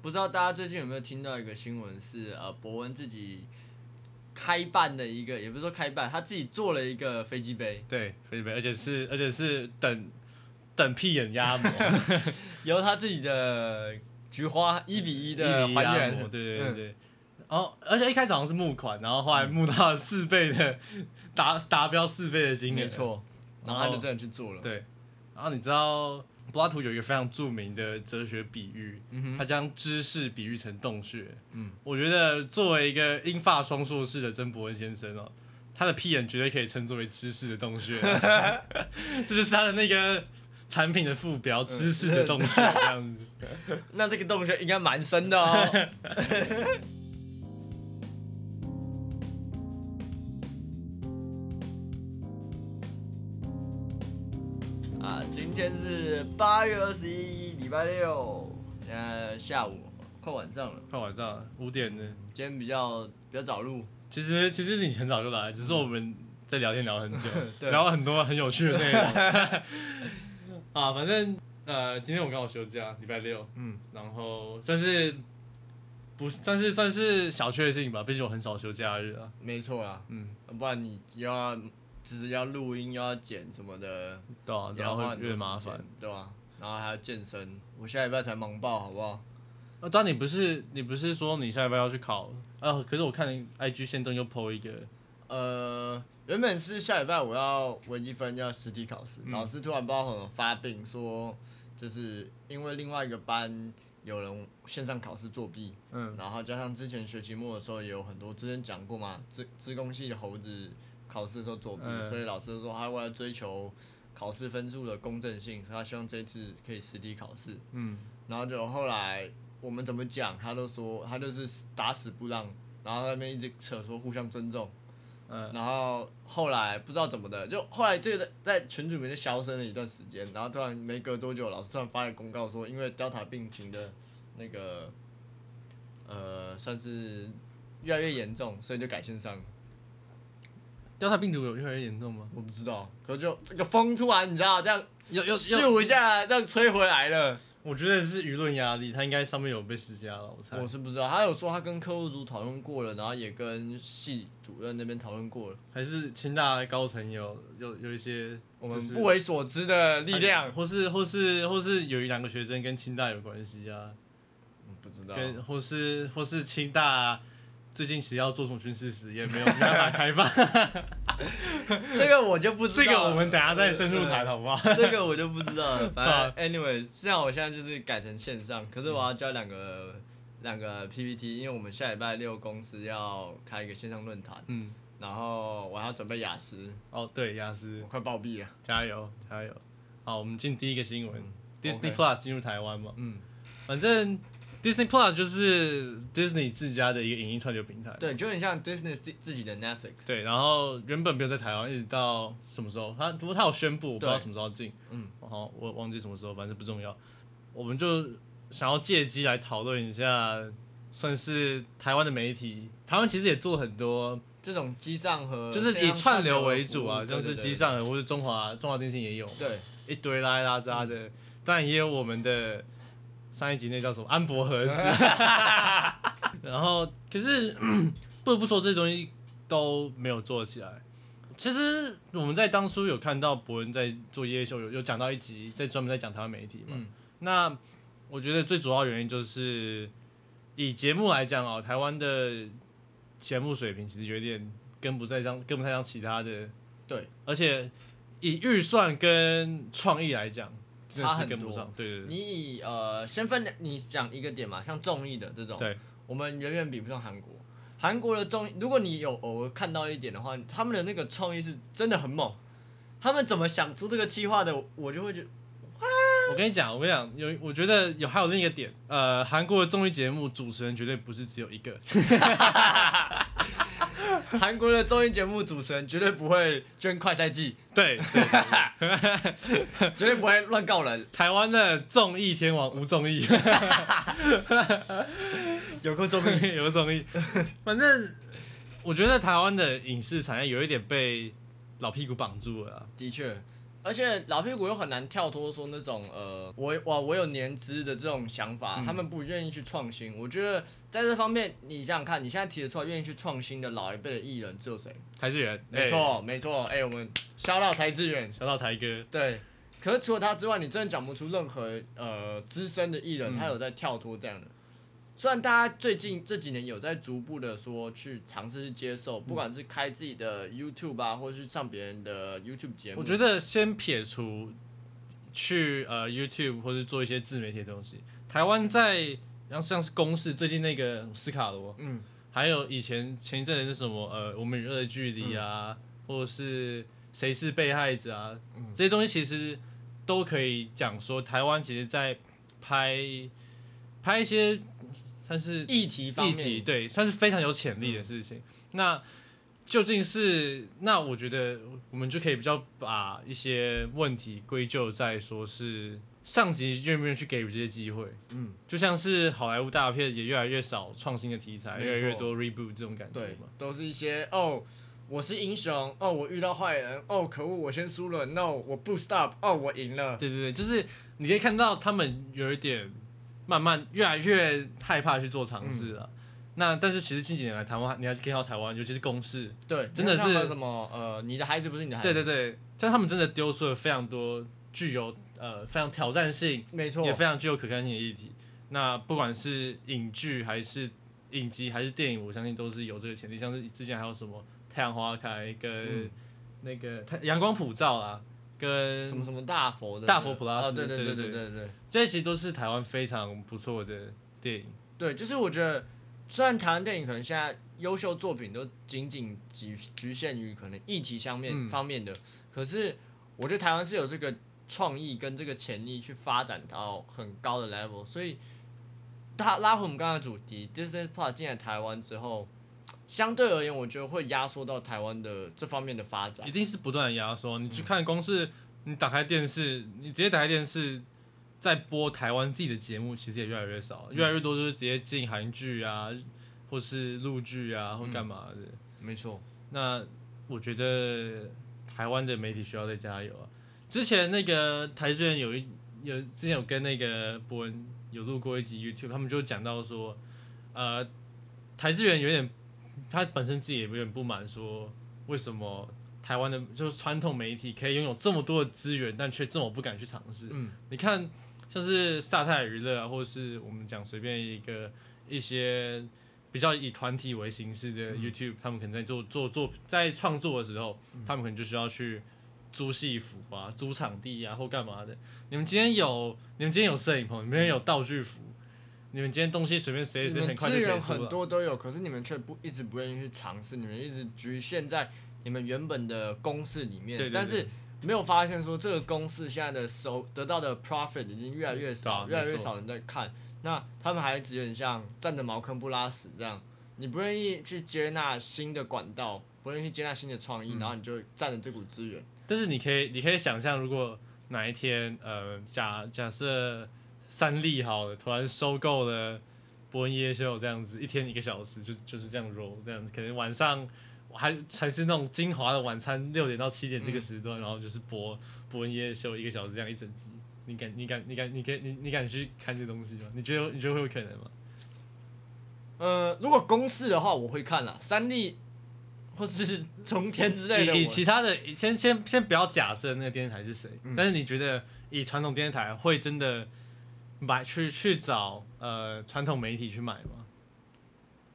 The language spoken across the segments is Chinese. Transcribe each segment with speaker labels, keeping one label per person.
Speaker 1: 不知道大家最近有没有听到一个新闻是呃，博文自己开办的一个，也不是说开办，他自己做了一个飞机杯，
Speaker 2: 对，飞机杯，而且是而且是等等屁眼压 模，
Speaker 1: 由他自己的菊花一比一的
Speaker 2: 一比一
Speaker 1: 还
Speaker 2: 压模
Speaker 1: 原，
Speaker 2: 对对
Speaker 1: 嗯
Speaker 2: 对。然后，而且一开始好像是募款，然后后来募到了四倍的 达达标四倍的金额，
Speaker 1: 没。错，然后他就真的去做了，
Speaker 2: 对，然后你知道柏拉图有一个非常著名的哲学比喻，
Speaker 1: 嗯
Speaker 2: 他
Speaker 1: 哼，
Speaker 2: 将知识比喻成洞穴。
Speaker 1: 嗯，
Speaker 2: 我觉得作为一个英法双硕士的曾伯恩先生哦，他的屁眼绝对可以称作为知识的 洞穴，这就是他的那个产品的副
Speaker 1: 嗯
Speaker 2: 标“知识的洞穴” 这样子。
Speaker 1: 那这个洞穴应该蛮深的哦。 啊，今天是八月二十一，礼拜六，呃，下午快晚上了。
Speaker 2: 快晚上了五点了，
Speaker 1: 今天比较比较早录，，
Speaker 2: 其实其实你很早就来，只是我们在聊天聊很久
Speaker 1: 嗯 对
Speaker 2: 聊了很多很有趣的内容。 啊，反正呃，今天我刚好休假，礼拜六。
Speaker 1: 嗯，
Speaker 2: 然后算是不算是算是小确幸吧，毕竟我很少休假日啊。
Speaker 1: 没错啦，
Speaker 2: 嗯，
Speaker 1: 不然你又要就是要录音又要剪什么的，
Speaker 2: 对啊，
Speaker 1: 也
Speaker 2: 然
Speaker 1: 要花
Speaker 2: 后
Speaker 1: 很多
Speaker 2: 越麻
Speaker 1: 时间
Speaker 2: 烦。，
Speaker 1: 对吧、啊然后还要健身，我下礼拜才忙爆，好不好？
Speaker 2: 呃，但你不是你不是说你下礼拜要去考？呃，可是我看 IG 线动又 PO 一个，
Speaker 1: 呃，原本是下礼拜我要微积分要实体考试，
Speaker 2: 嗯
Speaker 1: 老师突然帮我发病说，就是因为另外一个班有人线上考试作弊，
Speaker 2: 嗯，
Speaker 1: 然后加上之前学期末的时候也有很多之前讲过嘛，资资工系的猴子考试的时候作弊，
Speaker 2: 嗯
Speaker 1: 所以老师就说他为了追求考试分数的公正性，所以他希望这一次可以实体考试。
Speaker 2: 嗯，
Speaker 1: 然后就后来我们怎么讲，他都说他就是打死不让，然后他们一直扯说互相尊重。
Speaker 2: 嗯，
Speaker 1: 然后后来不知道怎么的，就后来这个在群组里面就消声了一段时间，然后突然没隔多久，老师突然发了公告说，因为 Delta 病情的那个呃算是越来越严重，所以就改线上。
Speaker 2: 调查病毒有越来越严重吗？
Speaker 1: 我不知道，可就这个风突然你知道这样
Speaker 2: 有有有，
Speaker 1: 咻一下这样吹回来了，
Speaker 2: 我觉得是舆论压力，他应该上面有被施加了，我猜。
Speaker 1: 我是不知道。他有说他跟客户组讨论过了，然后也跟系主任那边讨论过了，
Speaker 2: 还是清大高层有有有一些
Speaker 1: 我
Speaker 2: 就
Speaker 1: 们
Speaker 2: 是
Speaker 1: 不为所知的力量。
Speaker 2: 或是或是或是有一两个学生跟清大有关系啊。
Speaker 1: 嗯不知道，
Speaker 2: 跟或是或是清大最近其实要做什么军事实验，没有没办法 开放，
Speaker 1: 这个我就不知道
Speaker 2: 这
Speaker 1: 了。
Speaker 2: 个我们等下再深入谈好不好？
Speaker 1: 这个我就不知道了。反正 anyway，这样我现在就是改成线上，可是我要交两个两个 PPT，因为我们下礼拜六公司要开一个线上论坛，
Speaker 2: 嗯，
Speaker 1: 然后我还要准备雅思，
Speaker 2: 哦对，雅思
Speaker 1: 我快暴毙了。
Speaker 2: 加油加油！好，我们进第一个新闻、
Speaker 1: 嗯
Speaker 2: d i s n e y
Speaker 1: OK
Speaker 2: Plus 进入台湾嘛，
Speaker 1: 嗯，
Speaker 2: 反正 Disney Plus 就是 Disney 自家的一个影音串流平台。
Speaker 1: 对，就有点像 Disney 自自己的 Netflix。
Speaker 2: 对，然后原本没有在台湾，一直到什么时候？他不过他有宣布，我不知道
Speaker 1: 对
Speaker 2: 什么时候进。
Speaker 1: 嗯，
Speaker 2: 好，我忘记什么时候，反正不重要。我们就想要借机来讨论一下，算是台湾的媒体，台湾其实也做很多，
Speaker 1: 这种机上和
Speaker 2: 就是以串流为主啊，
Speaker 1: 线上串流
Speaker 2: 像是
Speaker 1: 的服务
Speaker 2: 机上或者中华中华电信也有
Speaker 1: 对对对
Speaker 2: 一堆拉一拉杂的，但也有我们的上一集那叫什么安博盒子，然后可是不得不说这些东西都没有做起来。其实我们在当初有看到伯恩在做夜夜秀，有有讲到一集在专门在讲台湾媒体嘛，
Speaker 1: 嗯
Speaker 2: 那我觉得最主要原因就是，以节目来讲哦，台湾的节目水平其实有点跟不太上，跟不太上其他的。
Speaker 1: 对，
Speaker 2: 而且以预算跟创意来讲，真的
Speaker 1: 差
Speaker 2: 是
Speaker 1: 很
Speaker 2: 跟不
Speaker 1: 多
Speaker 2: 上。对对
Speaker 1: 对
Speaker 2: 对，
Speaker 1: 你以呃先分两你讲一个点嘛，像综艺的这种，
Speaker 2: 对，
Speaker 1: 我们远远比不上韩国。韩国的综艺，如果你有偶尔看到一点的话，他们的那个创意是真的很猛。他们怎么想出这个计划的，我就会觉得
Speaker 2: 我跟你讲，我跟你讲，有我觉得有还有另一个点，呃，韩国的综艺节目主持人绝对不是只有一个，
Speaker 1: 韩国的综艺节目主持人绝对不会捐快赛季，
Speaker 2: 对，对
Speaker 1: 绝对不会乱告人，
Speaker 2: 台湾的综艺天王吴综艺。
Speaker 1: 有够综艺。
Speaker 2: 有综艺，反正我觉得台湾的影视产业有一点被老屁股绑住了啊、
Speaker 1: 的确，而且老屁股又很难跳脱说那种呃，我哇我有年资的这种想法，
Speaker 2: 嗯
Speaker 1: 他们不愿意去创新。我觉得在这方面，你想想看，你现在提得出来愿意去创新的老一辈的艺人只有谁？
Speaker 2: 台志远，
Speaker 1: 没
Speaker 2: 哎，
Speaker 1: 错，没错，哎、我们肖到台志远，
Speaker 2: 小到台哥，
Speaker 1: 对。可是除了他之外，你真的讲不出任何呃资深的艺
Speaker 2: 嗯
Speaker 1: 人，他有在跳脱这样的。虽然大家最近这几年有在逐步的说去尝试去接受，
Speaker 2: 嗯
Speaker 1: 不管是开自己的 YouTube 啊，或者是上别人的 YouTube 节目，
Speaker 2: 我觉得先撇除去呃 YouTube 或者做一些自媒体的东西，台湾在然后像是公式最近那个斯卡罗，
Speaker 1: 嗯，
Speaker 2: 还有以前前一阵子是什么呃我们与恶的距离
Speaker 1: 嗯
Speaker 2: 啊，或者是谁是被害者啊，这些东西其实都可以讲说台湾其实在拍拍一些算是
Speaker 1: 议题方
Speaker 2: 议
Speaker 1: 面，嗯
Speaker 2: 题，对，算是非常有潜力的事情。那究竟是那我觉得我们就可以比较把一些问题归咎在说是上级愿不愿意去给予这些机会，
Speaker 1: 嗯，
Speaker 2: 就像是好莱坞大片也越来越少创新的题材，
Speaker 1: 没
Speaker 2: 越来越
Speaker 1: 错
Speaker 2: 多 reboot 这种感觉
Speaker 1: 对
Speaker 2: 嘛。，
Speaker 1: 都是一些哦，我是英雄，哦，我遇到坏人，哦，可恶，我先输了，no，我不 stop，哦，我赢了，
Speaker 2: 对对对，就是你可以看到他们有一点慢慢越来越害怕去做尝
Speaker 1: 嗯
Speaker 2: 试了。那但是其实近几年来台湾，你还是可以看到台湾，尤其是公视，
Speaker 1: 对，
Speaker 2: 真的
Speaker 1: 你看
Speaker 2: 是
Speaker 1: 到什么呃，你的孩子不是你的孩
Speaker 2: 对
Speaker 1: 子，
Speaker 2: 对对，但他们真的丢出了非常多具有呃非常挑战性，
Speaker 1: 没错
Speaker 2: 也，非常具有可看性的议题。那不管是影剧还是影集还是电影，我相信都是有这个潜力。像是之前还有什么《太阳花开》跟
Speaker 1: 嗯
Speaker 2: 那个太《阳光普照》啦，跟
Speaker 1: 什么什么大佛的
Speaker 2: 大佛普拉斯
Speaker 1: 哦对对
Speaker 2: 对
Speaker 1: 对
Speaker 2: 对
Speaker 1: 对对
Speaker 2: 这些都是台湾非常不错的电影。
Speaker 1: 对，就是我觉得，虽然台湾电影可能现在优秀作品都仅仅局局限于可能议题上面、
Speaker 2: 嗯
Speaker 1: 方面的，可是我觉得台湾是有这个创意跟这个潜力去发展到很高的 level，所以它拉回我们刚刚的主题，Disney Plus 进来台湾之后，相对而言，我觉得会压缩到台湾的这方面的发展
Speaker 2: 一。定是不断的压缩。你去看公视，你打开电视，你直接打开电视，在播台湾自己的节目，其实也越来越少，越来越多就是直接进韩剧啊，或是陆剧啊，或干嘛的。
Speaker 1: 没错，
Speaker 2: 那我觉得台湾的媒体需要再加油啊。之前那个台资源有一有之前有跟那个博文有录过一集 YouTube，他们就讲到说，呃，台资源有点他本身自己也有点不满，说为什么台湾的就是传统媒体可以拥有这么多的资源，但却这么不敢去尝试。
Speaker 1: 嗯，
Speaker 2: 你看，像是萨泰尔娱乐啊，或者是我们讲随便一个一些比较以团体为形式
Speaker 1: 嗯
Speaker 2: 的 YouTube，、他们可能在做做做在创作的时候，
Speaker 1: 嗯
Speaker 2: 他们可能就需要去租戏服啊、租场地啊或干嘛的。你们今天有你们今天有摄影棚，你们今天有道具服，你们今天东西随便塞
Speaker 1: 嗯
Speaker 2: 一
Speaker 1: 你
Speaker 2: 塞，
Speaker 1: 们
Speaker 2: 很快
Speaker 1: 资
Speaker 2: 就可
Speaker 1: 源
Speaker 2: 以出
Speaker 1: 很
Speaker 2: 了。
Speaker 1: 多都有，可是你们却不一直不愿意去尝试，你们一直局限在你们原本的公式里面，
Speaker 2: 对对对
Speaker 1: 但是没有发现说这个公式现在的收得到的 profit 已经越来越少，
Speaker 2: 对
Speaker 1: 越
Speaker 2: 啊
Speaker 1: 来越
Speaker 2: 没错
Speaker 1: 少人在看，那他们还只有点像站着茅坑不拉屎这样，你不愿意去接纳新的管道，不愿意去接纳新的创
Speaker 2: 嗯
Speaker 1: 意，然后你就占了这股资源，
Speaker 2: 但是你可以，你可以想象，如果哪一天，呃，假假设三立好了，突然收购了伯恩夜秀这样子，一天一个小时，就就是这样 roll 这样子，可能晚上还才是那种精华的晚餐，六点到七点这个时段，然后就是播伯恩夜秀一个小时这样一整集，你敢你敢你敢你敢你你敢去看这东西吗？你觉得你觉得会有可能吗？
Speaker 1: 呃，如果公式的话我会看啦，三立 或是中天之类的我，
Speaker 2: 以以其他的，以先先先不要假设那个电视台是谁，
Speaker 1: 嗯
Speaker 2: 但是你觉得以传统电视台会真的买去去找呃传统媒体去买吗？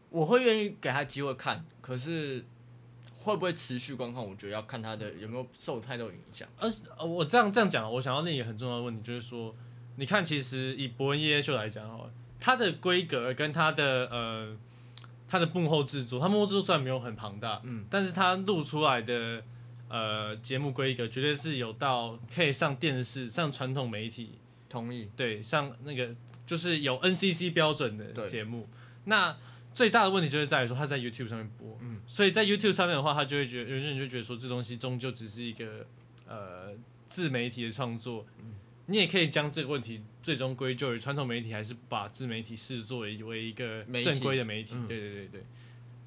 Speaker 1: 我会愿意给他机会看，可是会不会持续观看，我觉得要看他的有没有受太多影响。
Speaker 2: 而呃我这样这样讲，我想到另一个很重要的问题，就是说，你看，其实以伯恩夜夜秀来讲好了，它的规格跟它的呃它的幕后制作，它幕后制作虽然没有很庞大，
Speaker 1: 嗯，
Speaker 2: 但是它录出来的呃节目规格绝对是有到可以上电视、上传统媒体
Speaker 1: 同意，
Speaker 2: 对，像那个就是有 NCC 标准
Speaker 1: 对
Speaker 2: 的节目。那最大的问题就是在于说，它在 YouTube 上面播，
Speaker 1: 嗯
Speaker 2: 所以在 YouTube 上面的话，他就会觉得有些人就觉得说，这东西终究只是一个呃自媒体的创作。
Speaker 1: 嗯
Speaker 2: 你也可以将这个问题最终归咎于传统媒体，还是把自媒体视作为一个
Speaker 1: 媒体
Speaker 2: 正规的媒体？
Speaker 1: 嗯
Speaker 2: 对对对对，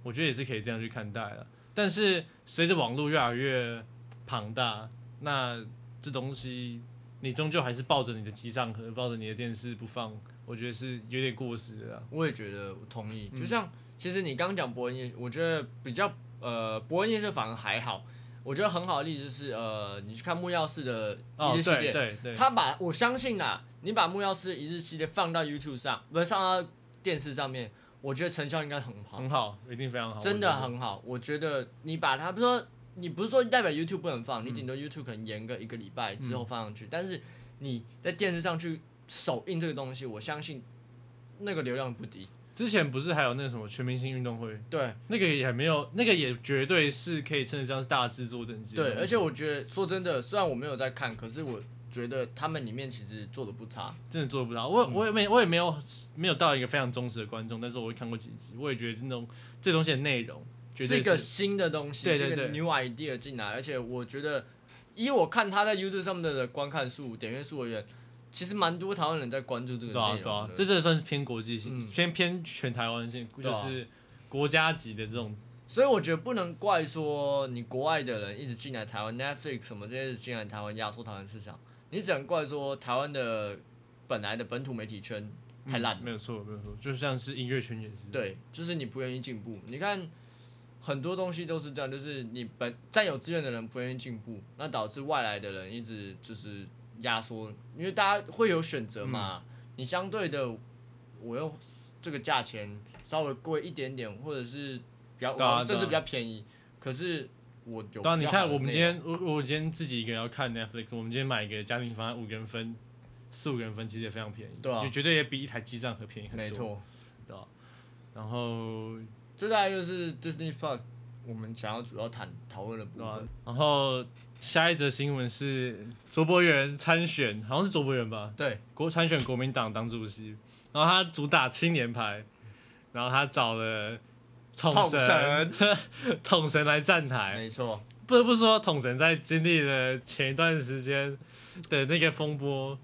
Speaker 2: 我觉得也是可以这样去看待的。但是随着网络越来越庞大，那这东西你终究还是抱着你的机上盒，抱着你的电视不放，我觉得是有点过时了啊。
Speaker 1: 我也觉得我同意。
Speaker 2: 嗯
Speaker 1: 就像、其实你刚讲伯恩夜，我觉得比较呃伯恩夜市反而还好。我觉得很好的例子就是呃，你去看木曜四的
Speaker 2: 哦
Speaker 1: 一，日系
Speaker 2: 对
Speaker 1: 列，
Speaker 2: 对对，
Speaker 1: 他把我相信啦，你把木曜四一日系列放到 YouTube 上，不是上到电视上面，我觉得成效应该很好，
Speaker 2: 很好，一定非常好，
Speaker 1: 真的
Speaker 2: 我觉得。嗯
Speaker 1: 很好。我觉得你把它，不是说你不是说代表 YouTube 不能放，你顶多 YouTube 可能延个一个礼拜之后放上去，但是你在电视上去首映这个东西，我相信那个流量不低。
Speaker 2: 之前不是还有那个什么全明星运动会，
Speaker 1: 对
Speaker 2: 那个也没有，那个也绝对是可以称得上是大制作等级的东
Speaker 1: 对，
Speaker 2: 西。
Speaker 1: 而且我觉得说真的，虽然我没有在看，可是我觉得他们里面其实做的不差。
Speaker 2: 真的做不到。我
Speaker 1: 嗯
Speaker 2: 我也没我也没有没有到一个非常忠实的观众，但是我会看过几集，我也觉得这种这东西的内容绝
Speaker 1: 是
Speaker 2: 对啊
Speaker 1: 一个新的东西，
Speaker 2: 对
Speaker 1: 是一
Speaker 2: 对
Speaker 1: 个
Speaker 2: 对
Speaker 1: new idea 进来，而且我觉得，以我看他在 YouTube 上面的观看数、点阅数而言，其实蛮多台湾人在关注这个
Speaker 2: 对啊
Speaker 1: 内
Speaker 2: 对
Speaker 1: 容
Speaker 2: 啊
Speaker 1: 的，
Speaker 2: 这真的算是偏国际性，
Speaker 1: 嗯
Speaker 2: 偏偏全台湾性，
Speaker 1: 对
Speaker 2: 就
Speaker 1: 啊
Speaker 2: 是国家级的这种。
Speaker 1: 所以我觉得不能怪说你国外的人一直进来台湾，Netflix 什么这些进来台湾压缩台湾市场，你只能怪说台湾的本来的本土媒体圈太烂了。
Speaker 2: 嗯没有错，没有错，就像是音乐圈也是，
Speaker 1: 对，就是你不愿意进步。你看很多东西都是这样，就是你本占有资源的人不愿意进步，那导致外来的人一直就是压缩，因为大家会有选择嘛。
Speaker 2: 嗯
Speaker 1: 你相对的，我用这个价钱稍微贵一点点，或者是比较、
Speaker 2: 对啊
Speaker 1: 甚
Speaker 2: 对
Speaker 1: 至
Speaker 2: 啊
Speaker 1: 比较便宜，可是我有。
Speaker 2: 当然你看我们今。天我我今天自己一个人要看 Netflix，我们今天买一个家庭方案五个人分，四五个人分其实也非常便宜，
Speaker 1: 对啊
Speaker 2: 也绝对也比一台机上盒便宜很多，
Speaker 1: 没错，
Speaker 2: 对吧、然后
Speaker 1: 接下来就是 Disney Plus，我们想要主要谈讨论的部
Speaker 2: 对啊
Speaker 1: 分。，
Speaker 2: 然后下一则新闻是卓博元参选，好像是卓博元吧，
Speaker 1: 对，
Speaker 2: 国参选国民党党主席，然后他主打青年牌，然后他找了啊统神，统神来站台。
Speaker 1: 没错，
Speaker 2: 不得不说，统神在经历了前一段时间的那个风波，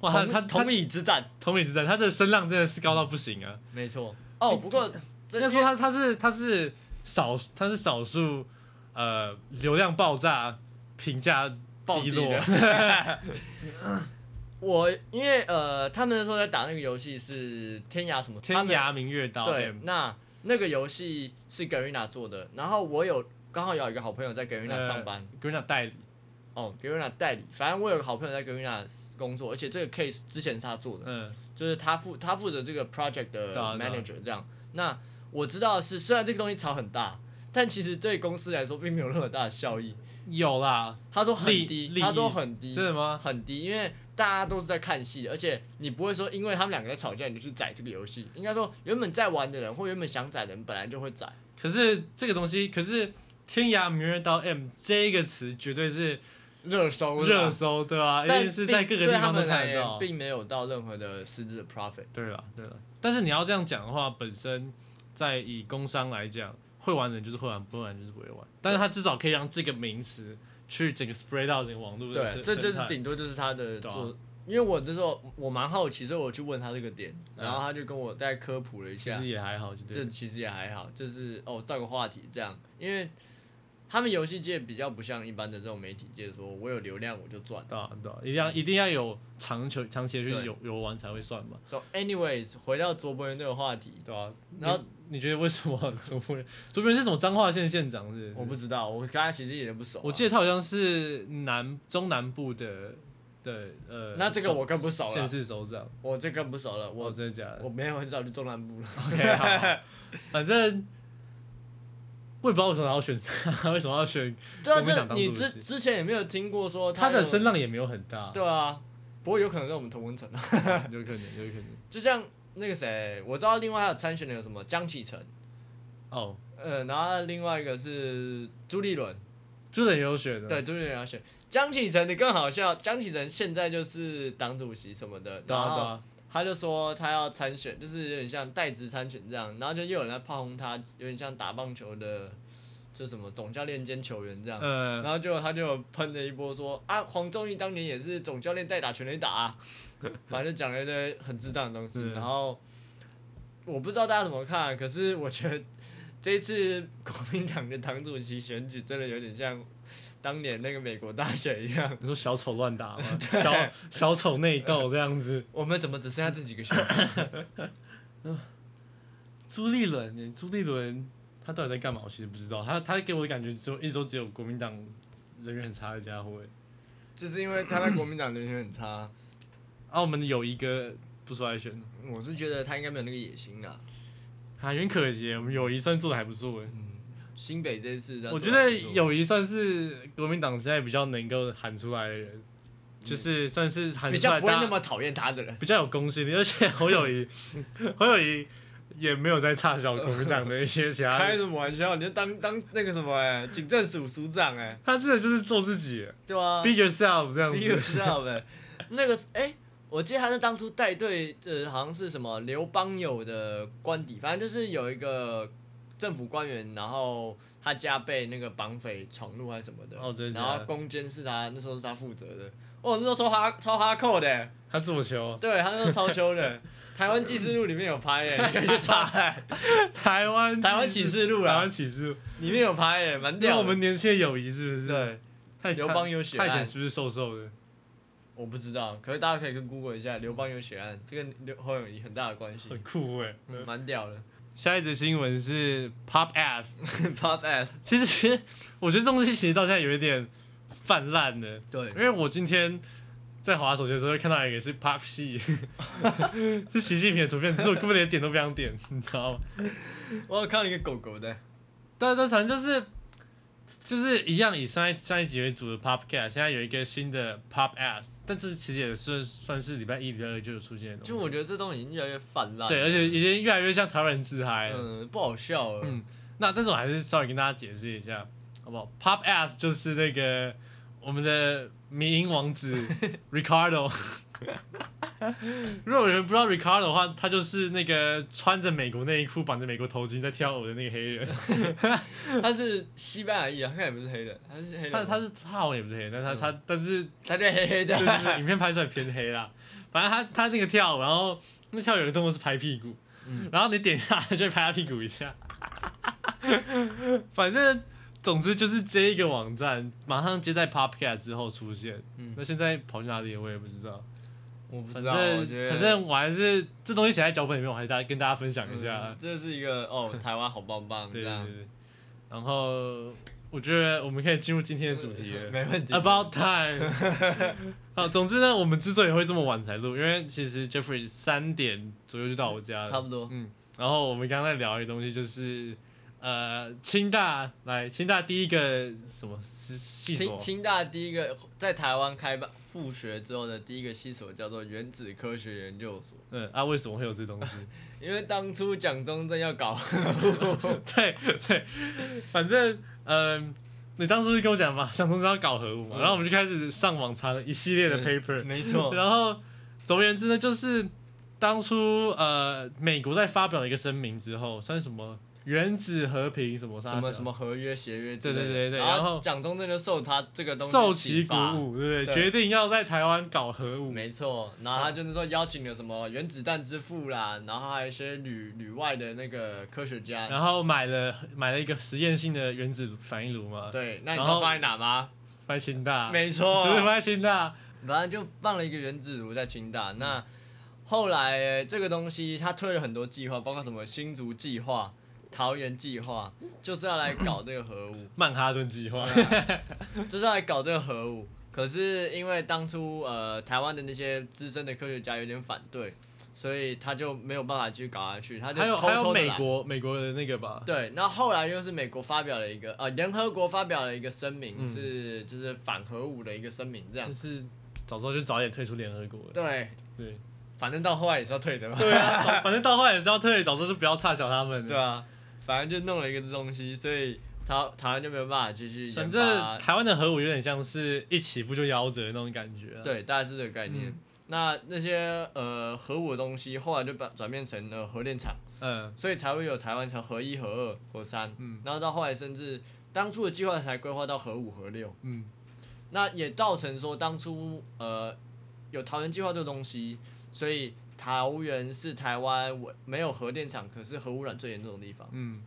Speaker 2: 哇，他
Speaker 1: 同
Speaker 2: 他他
Speaker 1: 同椅之战，
Speaker 2: 同理之战，他的声浪真的是高到不行啊！
Speaker 1: 没错。哦，不过
Speaker 2: 应该说他他是他是少他是少数呃流量爆炸评价
Speaker 1: 暴
Speaker 2: 低
Speaker 1: 击
Speaker 2: 落
Speaker 1: 的。 我因为呃，他们那时候在打那个游戏是《天涯》什么？
Speaker 2: 天
Speaker 1: 他们
Speaker 2: 涯明月刀，
Speaker 1: 对，那那个游戏是 Garena 做的，然后我有刚好有一个好朋友在
Speaker 2: 呃
Speaker 1: Garena 上班，
Speaker 2: 给人代理，
Speaker 1: 哦，Garena 代理，反正我有个好朋友在 Garena 工作，而且这个 case 之前是他做的，
Speaker 2: 嗯，
Speaker 1: 就是他负他负责这个 project 的
Speaker 2: 对啊对啊
Speaker 1: manager 这样。那我知道的是，虽然这个东西炒很大，但其实对公司来说并没有任何大的效益。
Speaker 2: 有啦，
Speaker 1: 他说很
Speaker 2: 利
Speaker 1: 低，
Speaker 2: 利
Speaker 1: 他说
Speaker 2: 益
Speaker 1: 很低，
Speaker 2: 真的吗？
Speaker 1: 很低，因为大家都是在看戏的，而且你不会说因为他们两个在吵架你就去宰这个游戏，应该说原本在玩的人或原本想宰的人本来就会宰，
Speaker 2: 可是这个东西，可是天涯明月刀 M 这个词绝对是
Speaker 1: 热搜
Speaker 2: 热，搜，对吧、一
Speaker 1: 但
Speaker 2: 定是
Speaker 1: 并
Speaker 2: 在各个
Speaker 1: 对
Speaker 2: 地
Speaker 1: 他
Speaker 2: 方都
Speaker 1: 们
Speaker 2: 看
Speaker 1: 而
Speaker 2: 得
Speaker 1: 言
Speaker 2: 到。
Speaker 1: 并没有到任何的实质的 profit。
Speaker 2: 对了，对了，但是你要这样讲的话，本身在以工商来讲，会玩的人就是会玩，不会玩的人就是不会玩。但是他至少可以让这个名词去整个 spread 到整个网络的
Speaker 1: 对，
Speaker 2: 生
Speaker 1: 这就
Speaker 2: 生
Speaker 1: 是
Speaker 2: 态
Speaker 1: 顶多就是他的
Speaker 2: 对啊
Speaker 1: 做，因为我那时候我蛮好奇，所以我去问他这个点，
Speaker 2: 嗯
Speaker 1: 然后他就跟我再科普了一
Speaker 2: 其
Speaker 1: 下
Speaker 2: 实，也还好，就对
Speaker 1: 这
Speaker 2: 了。
Speaker 1: 其实也还好，就是哦，造个话题这样，因为他们游戏界比较不像一般的这种媒体界，说我有流量我就赚。
Speaker 2: 对啊，对啊，一定要一定要有长久长期
Speaker 1: 嗯
Speaker 2: 的
Speaker 1: 对
Speaker 2: 去游游玩才会算嘛，
Speaker 1: So anyways，回到卓博人这个话题，
Speaker 2: 对啊。
Speaker 1: 然后
Speaker 2: 你觉得为什么卓别人卓别人是什么彰化县县长是不
Speaker 1: 我
Speaker 2: 是？
Speaker 1: 不知道，我跟他其实一点都不熟啊、
Speaker 2: 我记得他好像是南中南部的的呃，
Speaker 1: 那这个
Speaker 2: 首
Speaker 1: 我更不熟
Speaker 2: 县
Speaker 1: 了，
Speaker 2: 市首长，
Speaker 1: 我这更不熟了，
Speaker 2: 哦
Speaker 1: 我
Speaker 2: 真的假的？
Speaker 1: 我没有很早去中南 部了。
Speaker 2: OK，好好反正我也不知道为什么要选他，为什么要选
Speaker 1: 对啊，
Speaker 2: 国民
Speaker 1: 这
Speaker 2: 党当
Speaker 1: 你
Speaker 2: 主
Speaker 1: 之
Speaker 2: 席
Speaker 1: 之前也没有听过说
Speaker 2: 他的
Speaker 1: 有
Speaker 2: 声浪也没有很大，
Speaker 1: 对啊，不过有可能是我们同温层啊，
Speaker 2: 有可能，有可能。
Speaker 1: 就像那个谁，我知道另外还有参选的有什么江启程，
Speaker 2: 哦，
Speaker 1: 呃，然后另外一个是朱立伦，
Speaker 2: 朱人有选的，啊
Speaker 1: 对，朱立伦要选江启程，你更好笑，江启程现在就是党主席什么的，
Speaker 2: 对
Speaker 1: 然
Speaker 2: 啊，
Speaker 1: 后
Speaker 2: 对啊，
Speaker 1: 他就说他要参选，就是有点像代职参选这样，然后就又有人在炮轰他，有点像打棒球的，就什么总教练兼球员这样。
Speaker 2: 呃，
Speaker 1: 然后就他就喷了一波说啊，黄宗义当年也是总教练代打全垒打、啊，反正讲了一堆很智障的东西。
Speaker 2: 嗯
Speaker 1: 啊然后我不知道大家怎么看，可是我觉得这一次国民党的党主席选举真的有点像当年那个美国大选一样，
Speaker 2: 你说小丑乱 打吗？小小丑内斗这样子。
Speaker 1: 我们怎么只剩下这几个选手？
Speaker 2: 朱立伦，欸朱立伦他到底在干嘛？我其实不知道。他他给我的感觉只有一直都只有国民党人缘很差的家伙欸。
Speaker 1: 就是因为他在国民党人选很差，
Speaker 2: 啊，我们有一个不出来选，
Speaker 1: 我是觉得他应该没有那个野心啊。
Speaker 2: 啊，袁可杰，我们友谊算做的还不错欸。
Speaker 1: 嗯，新北这一次他
Speaker 2: 我觉
Speaker 1: 做得
Speaker 2: 得
Speaker 1: 还不错
Speaker 2: 友谊算是国民党现在比较能够喊出来的人，就是算是喊
Speaker 1: 比
Speaker 2: 出来
Speaker 1: 较不会
Speaker 2: 大
Speaker 1: 那
Speaker 2: 家
Speaker 1: 么讨厌他的人。
Speaker 2: 比较有公信力，而且侯友 谊，侯友谊也没有在差小国民党的一些其他
Speaker 1: 开什么玩笑？你就当当那个什么哎、警政署署长哎、
Speaker 2: 他真的就是做自己欸
Speaker 1: 对啊
Speaker 2: ，be yourself 这样
Speaker 1: 第一个
Speaker 2: 子。
Speaker 1: 知道呗。那个哎、我记得他是当初带队，呃，好像是什么刘邦友的官邸，反正就是有一个政府官员，然后他家被那个绑匪闯入还是什么的，
Speaker 2: 哦真的
Speaker 1: 然
Speaker 2: 假的
Speaker 1: 后攻坚是他那时候是他负责的，哦，那时候超哈超哈扣的、
Speaker 2: 他这么球，
Speaker 1: 对他那时候超秋 的，《台湾纪事录》里面有拍耶、你可以去查、欸，
Speaker 2: 台湾
Speaker 1: 《台湾启示录》
Speaker 2: 台
Speaker 1: 啦
Speaker 2: 湾，启示录，
Speaker 1: 里面有拍耶、蛮
Speaker 2: 那
Speaker 1: 屌的。
Speaker 2: 我们年轻的友谊是不是？，
Speaker 1: 对，
Speaker 2: 太
Speaker 1: 刘邦有血
Speaker 2: 太
Speaker 1: 案
Speaker 2: 显是不是嗯瘦瘦的？
Speaker 1: 我不知道，可是大家可以跟 Google 一下刘邦有血案，这跟刘侯友谊很大的关系。
Speaker 2: 很酷哎、
Speaker 1: 嗯蛮屌的
Speaker 2: 下一则新闻是 Pop Ass，
Speaker 1: ，Pop S。
Speaker 2: 其实我觉得这东西其实到现在有一点泛滥了，
Speaker 1: 对
Speaker 2: 因为我今天在滑手机的时候看到一个是 Pop 系， 是习近平的图片，只是我根本连点都不想点，你知道吗？
Speaker 1: 我有看到一个狗狗的，
Speaker 2: 但但反正就是就是一样，以上一上一集为主的 Popcast，现在有一个新的 Pop Ass，但这其实也是算是礼拜一、礼拜二就有出现的东西。
Speaker 1: 就我觉得这东西已经越来越泛滥。
Speaker 2: 对，而且已经越来越像台湾人自嗨了。
Speaker 1: 嗯，不好笑了。
Speaker 2: 嗯那但是我还是稍微跟大家解释一下，好不好？Pop Ass 就是那个我们的迷音王子 Ricardo。如果有人不知道 Ricardo 的话，他就是那个穿着美国内衣裤、绑着美国头巾在跳舞的那个黑人。
Speaker 1: 他是西班牙裔啊，他也不是黑人，他是黑人
Speaker 2: 他
Speaker 1: 吗。
Speaker 2: 他是他好像也不是黑人，但他他但是
Speaker 1: 他就黑黑的
Speaker 2: 就。 是影片拍出来偏黑啦。反正他他那个跳舞，然后那跳舞有个动作是拍屁股，
Speaker 1: 嗯
Speaker 2: 然后你点下来就会拍他屁股一下。 反正总之就是接一个网站，马上接在 Popcat 之后出现。
Speaker 1: 嗯
Speaker 2: 那现在跑去哪里了我也不知道。
Speaker 1: 我不
Speaker 2: 反
Speaker 1: 知道，我
Speaker 2: 正
Speaker 1: 觉得
Speaker 2: 反正我还是这东西写在脚本里面，我还是大跟大家分享一下。
Speaker 1: 嗯这是一个哦，台湾好棒棒这
Speaker 2: 对对
Speaker 1: 样
Speaker 2: 对。。对然后我觉得我们可以进入今天的主 题了。啊
Speaker 1: 没问题。
Speaker 2: About time 。 好，总之呢，我们之所以会这么晚才录，因为其实 Jeffrey 三点左右就到我家了，
Speaker 1: 差不多
Speaker 2: 嗯，然后我们刚刚在聊一个东西，就是呃，清大来，清大第一个什么系系
Speaker 1: 清
Speaker 2: 所？
Speaker 1: 清大第一个在台湾开办复学之后的第一个系所叫做原子科学研究所，
Speaker 2: 嗯啊，为什么会有这东西？
Speaker 1: 因为当初蒋中正要搞，
Speaker 2: 对对，反正嗯、你当初是跟我讲嘛，想从这要搞核武嘛，
Speaker 1: 嗯
Speaker 2: 然后我们就开始上网查了一 系列的 paper，啊
Speaker 1: 没错，
Speaker 2: 然后，总而言之呢，就是当初呃，美国在发表了一个声明之后，算是什么原子和平什么啥
Speaker 1: 什么什么合约、协约之类的，
Speaker 2: 对对对对
Speaker 1: 然
Speaker 2: 然后
Speaker 1: 蒋中正就受他这个东西
Speaker 2: 受
Speaker 1: 启
Speaker 2: 其鼓
Speaker 1: 发，
Speaker 2: 舞，对不对？
Speaker 1: 对
Speaker 2: 决定要在台湾搞核武。
Speaker 1: 没错。然后他就是说邀请了什么原子弹之父啦，然后还有一些旅旅外的那个科学家。
Speaker 2: 然后买了买了一个实验性的原子反应炉嘛，
Speaker 1: 对，那你知
Speaker 2: 然
Speaker 1: 道
Speaker 2: 后
Speaker 1: 放在哪吗？
Speaker 2: 放在清大，
Speaker 1: 没错，
Speaker 2: 就是放在清大。
Speaker 1: 反正就放了一个原子炉在清大。
Speaker 2: 嗯
Speaker 1: 那后来呃这个东西，他推了很多计划，包括什么新竹计划、桃园计划，
Speaker 2: 嗯
Speaker 1: 就是要来搞这个核 武。
Speaker 2: 曼哈顿计划，
Speaker 1: 就是要来搞这个核武。可是因为当初呃台湾的那些资深的科学家有点反对，所以他就没有办法继续搞下去，他就
Speaker 2: 还有
Speaker 1: 偷
Speaker 2: 还有
Speaker 1: 偷的
Speaker 2: 美国美国的那个吧，
Speaker 1: 对，那后来又是美国发表了一个呃联合国发表了一个声明，
Speaker 2: 嗯
Speaker 1: 是就是反核武的一个声明这样
Speaker 2: 就。是早知道就早点退出联合国了。
Speaker 1: 对，
Speaker 2: 对
Speaker 1: 反正到后来也是要退的嘛。
Speaker 2: 对啊，早反正到后来也是要退，早知道就不要差小他们了。
Speaker 1: 对啊，反正就弄了一个这东西，所以台台湾就没有办法继续研发。
Speaker 2: 反正台湾的核武有点像是一起步就夭折的那种感觉、啊。，
Speaker 1: 对，大概是这个概念。那那些呃核武的东西，后来就把转变成了核电厂。
Speaker 2: 嗯，
Speaker 1: 所以才会有台湾才合一、合二、合三，
Speaker 2: 嗯
Speaker 1: 然后到后来甚至当初的计划才规划到合五、合六，
Speaker 2: 嗯，
Speaker 1: 那也造成说当初呃有桃园计划这个东西，所以桃园是台湾唯没有核电厂，可是核污染最严重的地方，
Speaker 2: 嗯，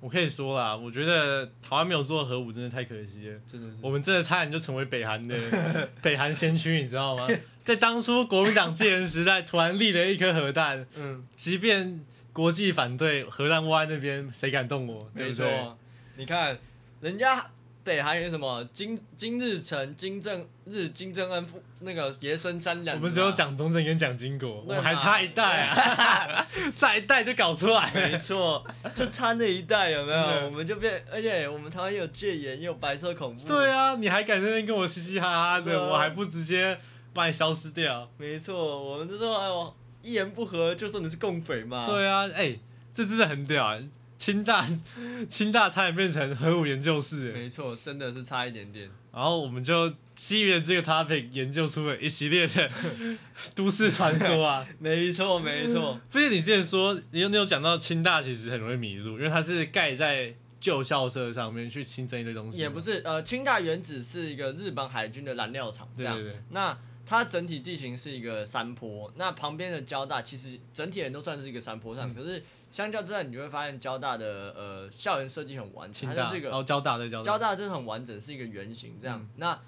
Speaker 2: 我可以说啦，我觉得台湾没有做核武真的太可惜了。
Speaker 1: 真的是
Speaker 2: 我们真的差点就成为北韩的 北韩先驱，你知道吗？在当初国民党戒严时代，突然立了一颗核弹，
Speaker 1: 嗯，
Speaker 2: 即便国际反对，核弹窝在那边，谁敢动我？对
Speaker 1: 没
Speaker 2: 不
Speaker 1: 错
Speaker 2: 对？
Speaker 1: 啊。你看人家北韩有什么金金日成、金正日、金正恩夫那个爷孙三两，
Speaker 2: 我们只有蒋中正跟蒋经国，我
Speaker 1: 对嘛
Speaker 2: 们还差一代啊， 差一代就搞出来了。
Speaker 1: 没错， 就差那一代有没
Speaker 2: 真的
Speaker 1: 有？我们就变，而且我们台湾也有戒严，也有白色恐怖。
Speaker 2: 对啊，你还敢在那边跟我嘻嘻哈哈
Speaker 1: 对
Speaker 2: 的，
Speaker 1: 啊
Speaker 2: 我还不直接把你消失掉？
Speaker 1: 没错，我们就说，哎呦，一言不合就说你是共匪嘛。
Speaker 2: 对啊，哎、这真的很屌、啊！清大 清大差点变成核武研究室、哎
Speaker 1: 没错，真的是差一点点。
Speaker 2: 然后我们就基于这个 topic 研究出了一系列的 都市传 说啊。
Speaker 1: 没错，没错，
Speaker 2: 不是你之前说，你有你有讲到清大其实很容易迷路，因为它是盖在旧校舍上面去新增一堆东西，
Speaker 1: 也不
Speaker 2: 是
Speaker 1: 是，呃，清大原子是一个日本海军的燃料厂，这
Speaker 2: 对
Speaker 1: 样。
Speaker 2: 对对，
Speaker 1: 那它整体地形是一个山坡，那旁边的交大其实整体人都算是一个山坡上，
Speaker 2: 嗯
Speaker 1: 可是相较之下，你就会发现交大的呃校园设计很完整，
Speaker 2: 清
Speaker 1: 它
Speaker 2: 大哦
Speaker 1: 就是一个
Speaker 2: 然后交大对交
Speaker 1: 交
Speaker 2: 大，
Speaker 1: 大就是很完整，是一个圆形这样。
Speaker 2: 嗯
Speaker 1: 那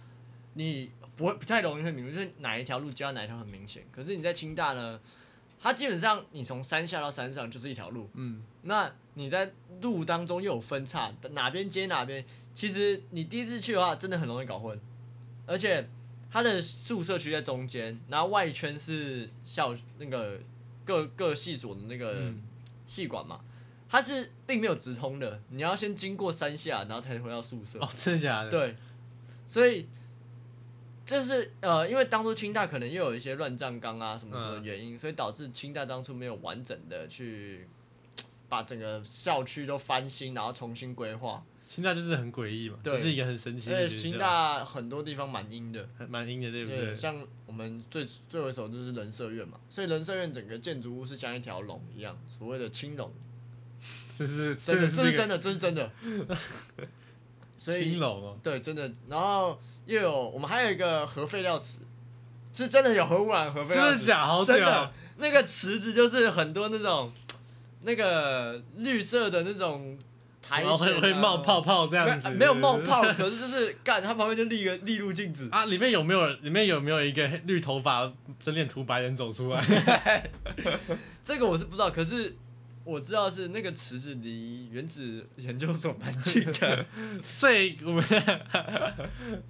Speaker 1: 你不会不太容易会明白，就是哪一条路接到哪一条很明显。可是你在清大呢，它基本上你从山下到山上就是一条路，
Speaker 2: 嗯，
Speaker 1: 那你在路当中又有分叉，哪边接哪边，其实你第一次去的话，真的很容易搞混。而且它的宿舍区在中间，然后外圈是校那个各各系所的那个
Speaker 2: 嗯
Speaker 1: 系馆嘛，它是并没有直通的，你要先经过山下，然后才能回到宿舍。
Speaker 2: 哦，真的假的？
Speaker 1: 对，所以就是呃，因为当初清大可能又有一些乱葬岗啊什么的
Speaker 2: 嗯
Speaker 1: 原因，所以导致清大当初没有完整的去把整个校区都翻新，然后重新规划。
Speaker 2: 清大就是很诡异嘛，
Speaker 1: 对
Speaker 2: 就是一个很神奇
Speaker 1: 而
Speaker 2: 的
Speaker 1: 且
Speaker 2: 学
Speaker 1: 清
Speaker 2: 校，
Speaker 1: 大很多地方蛮阴的，
Speaker 2: 很蛮阴的，对不对？
Speaker 1: 像我们最最为首就是人社院嘛，所以人社院整个建筑物是像一条龙一样，所谓的青龙，
Speaker 2: 这是
Speaker 1: 真的，这是真
Speaker 2: 这个
Speaker 1: 的，这是真的。所以
Speaker 2: 青楼哦，
Speaker 1: 对，真的。然后又有我们还有一个核废料池，是真的有核污染核废
Speaker 2: 真
Speaker 1: 料
Speaker 2: 的
Speaker 1: 池，
Speaker 2: 假？好
Speaker 1: 真
Speaker 2: 屌
Speaker 1: 的，那个池子就是很多那种那个绿色的那种苔
Speaker 2: 然后
Speaker 1: 藓、
Speaker 2: 会
Speaker 1: 啊，
Speaker 2: 会冒泡泡这样子，
Speaker 1: 没有冒泡，
Speaker 2: 对
Speaker 1: 可是就是干它旁边就立个立路禁止，
Speaker 2: 啊！里面有没有里面有没有一个黑绿头发整脸涂白人走出 来？
Speaker 1: 这个我是不知道，可是。我知道是那个池子离原子研究所蛮近的，
Speaker 2: 所以我们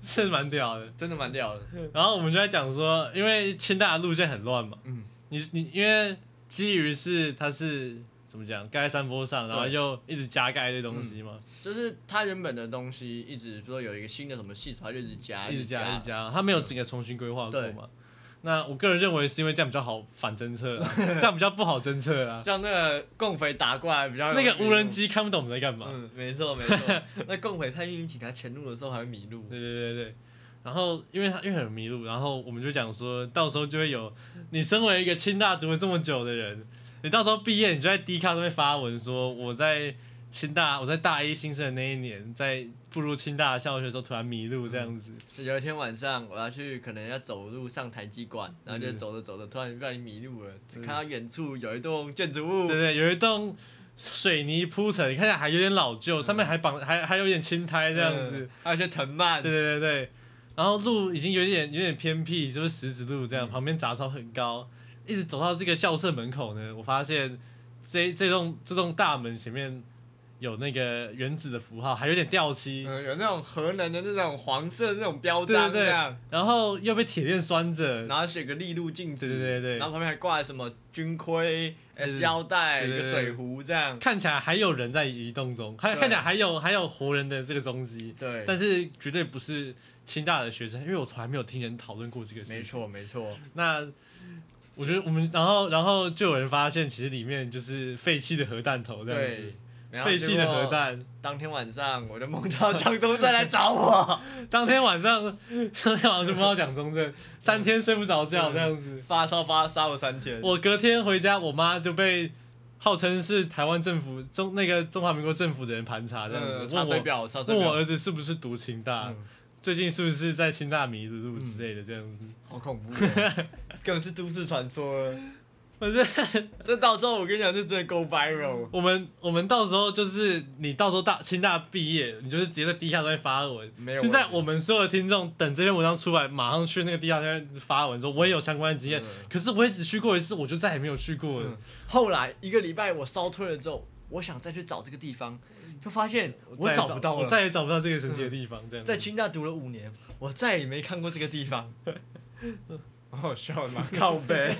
Speaker 2: 是蛮屌的。
Speaker 1: 真的蛮屌的。
Speaker 2: 然后我们就在讲说，因为清大的路线很乱嘛，
Speaker 1: 嗯，
Speaker 2: 你你因为基于是它是怎么讲，盖在山坡上，然后
Speaker 1: 对
Speaker 2: 又一直加盖一堆东西嘛，
Speaker 1: 就是它原本的东西一直说有一个新的什么系统，它就一直加，
Speaker 2: 一直加嗯一直加，它没有整个重新规划过
Speaker 1: 对
Speaker 2: 嘛。那我个人认为是因为这样比较好反侦测 啊，这样比较不好侦测 啊。
Speaker 1: 这样那个共匪打过来比较
Speaker 2: 那个无人
Speaker 1: 机。
Speaker 2: 机看不懂我们在干嘛。
Speaker 1: 嗯，没错没错。 那共匪叛运警察潜入的时候还会迷路。
Speaker 2: 对对对对。然后，因为他因为很迷路，然后我们就讲说，到时候就会有你身为一个清大读了这么久的人，你到时候毕业，你就在 D 卡上面发文说，我在清大，我在大一新生的那一年，在步入清大校区的时候突然迷路这样子。
Speaker 1: 就有一天晚上，我要去，可能要走路上台基馆，然后就走着走着，突然不小心迷路了，只看到远处有一栋建筑物
Speaker 2: 对，对，有一栋水泥铺成，看起来还有点老旧，上面还绑还还有点青苔这样子。
Speaker 1: 嗯，还有一些藤蔓
Speaker 2: 对，对对对，然后路已经有点有点偏僻，就是石子路这样，
Speaker 1: 嗯
Speaker 2: 旁边杂草很高，一直走到这个校舍门口呢，我发现这这栋这栋大门前面有那个原子的符号，还有点掉漆，
Speaker 1: 嗯，有那种核能的那种黄色的那种标章
Speaker 2: 对对对
Speaker 1: 这样，
Speaker 2: 然后又被铁链拴着，
Speaker 1: 然后写个立路禁止，
Speaker 2: 对对对对
Speaker 1: 然后旁边还挂了什么军徽、
Speaker 2: 对对
Speaker 1: S 腰带、
Speaker 2: 对
Speaker 1: 一
Speaker 2: 对
Speaker 1: 个
Speaker 2: 对
Speaker 1: 水壶这样，
Speaker 2: 看起来还有人在移动中，还
Speaker 1: 对
Speaker 2: 看起来还有还有活人的这个踪迹，
Speaker 1: 对，
Speaker 2: 但是绝对不是清大的学生，因为我从来没有听人讨论过这个事
Speaker 1: 没
Speaker 2: 情。
Speaker 1: 错没错，
Speaker 2: 那我觉得我们，然后然后就有人发现，其实里面就是废弃的核弹头这样
Speaker 1: 对
Speaker 2: 子，，
Speaker 1: 然后
Speaker 2: 废弃
Speaker 1: 结
Speaker 2: 的
Speaker 1: 果
Speaker 2: 核弹。
Speaker 1: 当天晚上我就梦到江中正来找 我，
Speaker 2: 当天晚上， 当天晚上就梦到蒋 中正，三天睡不着觉这样子。
Speaker 1: 发烧发烧了三天。
Speaker 2: 我隔天回家，我妈就被号称是台湾政府中那个中华民国政府的人盘查这样
Speaker 1: 嗯，
Speaker 2: 子，
Speaker 1: 查
Speaker 2: 问
Speaker 1: 水
Speaker 2: 我
Speaker 1: 表，查水
Speaker 2: 问我
Speaker 1: 表，
Speaker 2: 儿子是不是读清大，
Speaker 1: 嗯
Speaker 2: 最近是不是在清大迷路之类的这样子。
Speaker 1: 好恐怖哦，根本是都市传说了。
Speaker 2: 反正
Speaker 1: 这到时候我跟你讲，这真的 go viral。
Speaker 2: 我们我们到时候就是你到时候大清大毕业，你就是直接在地下上面发文。
Speaker 1: 没有
Speaker 2: 现在
Speaker 1: 问题
Speaker 2: 我们所有的听众等这篇文章出来，马上去那个地下上面发文说我也有相关的经验，
Speaker 1: 嗯
Speaker 2: 可是我也只去过一次，我就再也没有去过了。
Speaker 1: 后来一个礼拜我烧退了之后，我想再去找这个地方，就发现嗯我
Speaker 2: 再也
Speaker 1: 找不到
Speaker 2: 我
Speaker 1: 了。
Speaker 2: 再也找不到这个神奇的地方。这样子
Speaker 1: 在清大读了五年，我再也没看过这个地方。 好好笑 嘛，靠背。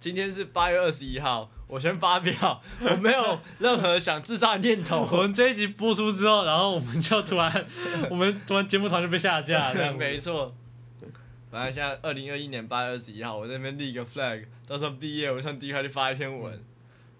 Speaker 1: 今天是八月二十一号，我先发表，我没有任何想自杀的念
Speaker 2: 我
Speaker 1: 头。
Speaker 2: 们这一集播出之后，然后我们就突然， 我们突然节目团就被下架了，这样子
Speaker 1: 没错。反正现在二零二一年八月二十一号，我在那边立个 flag，到时候毕业我上 D 块去发一篇文。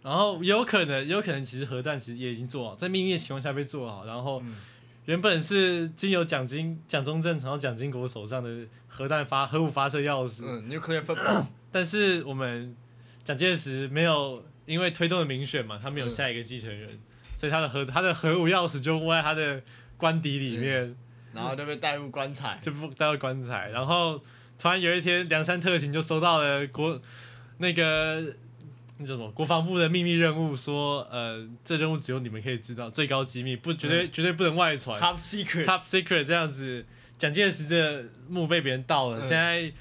Speaker 2: 然后有可能，有可能其实核弹其实也已经做好，在秘密的情况下被做好，然后
Speaker 1: 嗯
Speaker 2: 原本是经由蒋经蒋中正传到蒋经国手上的核弹发核武发射钥匙，
Speaker 1: 嗯，nuclear football，
Speaker 2: 但是我们蒋介石没有因为推动了民选嘛，他没有
Speaker 1: 嗯
Speaker 2: 下一个继承人，所以他的核他的核武钥匙就握在他的官邸里面，
Speaker 1: 嗯然后就被带入棺材。
Speaker 2: 就不带到棺材。然后突然有一天，梁山特勤就收到了国那个那叫什么国防部的秘密任务，说呃，这任务只有你们可以知道，最高机密，不绝对、绝对不能外传
Speaker 1: Top secret，
Speaker 2: ，top secret 这样子。蒋介石的墓被别人盗了，
Speaker 1: 嗯
Speaker 2: 现在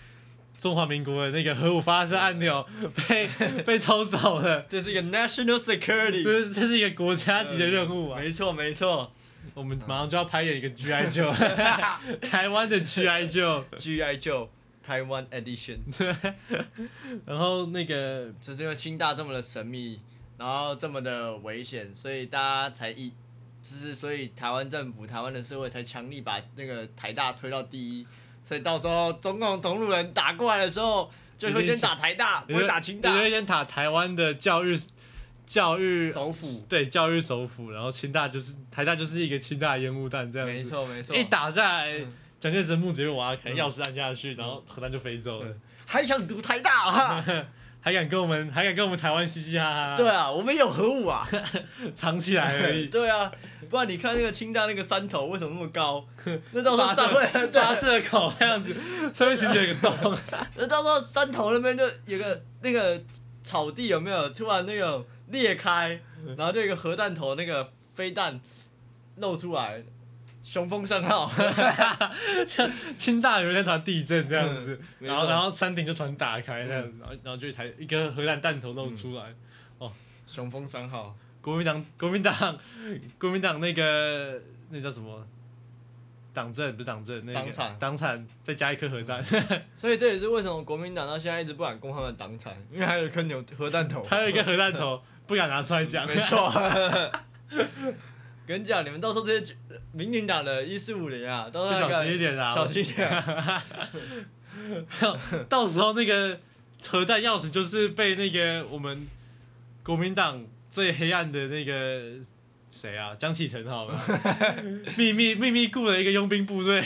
Speaker 2: 中华民国的那个核武发射按钮被 被偷走了。
Speaker 1: 这是一个 national security。嗯
Speaker 2: 这是这是一个国家级的任务啊！
Speaker 1: 没错，没错。
Speaker 2: 我
Speaker 1: 嗯
Speaker 2: 们马上就要拍演一个 GI Joe，台湾的 GI Joe。
Speaker 1: G.I. Joe 台湾 Edition，
Speaker 2: 然后那个
Speaker 1: 就是因为清大这么的神秘，然后这么的危险，所以大家才一，就是所以台湾政府、台湾的社会才强力把那个台大推到第一，所以到时候中共同路人打过来的时候，就会先打台大，不
Speaker 2: 你就
Speaker 1: 会打清大
Speaker 2: 你就先打台湾的教育教育
Speaker 1: 首府。
Speaker 2: 对教育首府，然后清大就是台大就是一个清大的烟雾弹这样子，
Speaker 1: 没错没错，
Speaker 2: 一打下来
Speaker 1: 嗯，
Speaker 2: 蒋介石的墓直接被挖开，
Speaker 1: 嗯
Speaker 2: 钥匙按下去，然后核弹就飞走了
Speaker 1: 对，还想读台大啊？
Speaker 2: 还敢跟我们还敢跟我们台湾嘻嘻哈哈，
Speaker 1: 对，啊，我们有核武啊。
Speaker 2: 藏起来而已。
Speaker 1: 对啊，不然你看那个清大那个山头为什么那么 高？那到时候
Speaker 2: 发射
Speaker 1: 散会， 对啊
Speaker 2: 发射口那样子，上面其实有个洞，
Speaker 1: 那到时候山头那边就有个那个草地有没有突然那个裂开，然后就有一个核弹头那个飞弹露出来，雄风上号，
Speaker 2: 清大有一天突然地震这样子，
Speaker 1: 嗯
Speaker 2: 然后
Speaker 1: 没错嗯
Speaker 2: 然后山顶就突然打开那样子，然后然后就一台一个核弹弹头露出来，
Speaker 1: 雄风上号，
Speaker 2: 国民党国民党 国民党那个那叫什么？党政不是党政，那个
Speaker 1: 党产嗯
Speaker 2: 党产再加一颗核弹，
Speaker 1: 所以这也是为什么国民党到现在一直不敢攻他们的党产，因为还有一颗牛核弹头，
Speaker 2: 还有一个核弹头不敢拿出来讲。
Speaker 1: 没，错。跟你讲，你们到时候这些民进党的一四五零啊，到时候那
Speaker 2: 就
Speaker 1: 个
Speaker 2: 小心一点啊
Speaker 1: 小心一点。
Speaker 2: 到时候那个核弹钥匙就是被那个我们国民党最黑暗的那个谁啊，江启臣好了，秘密秘密雇了一个佣兵部队，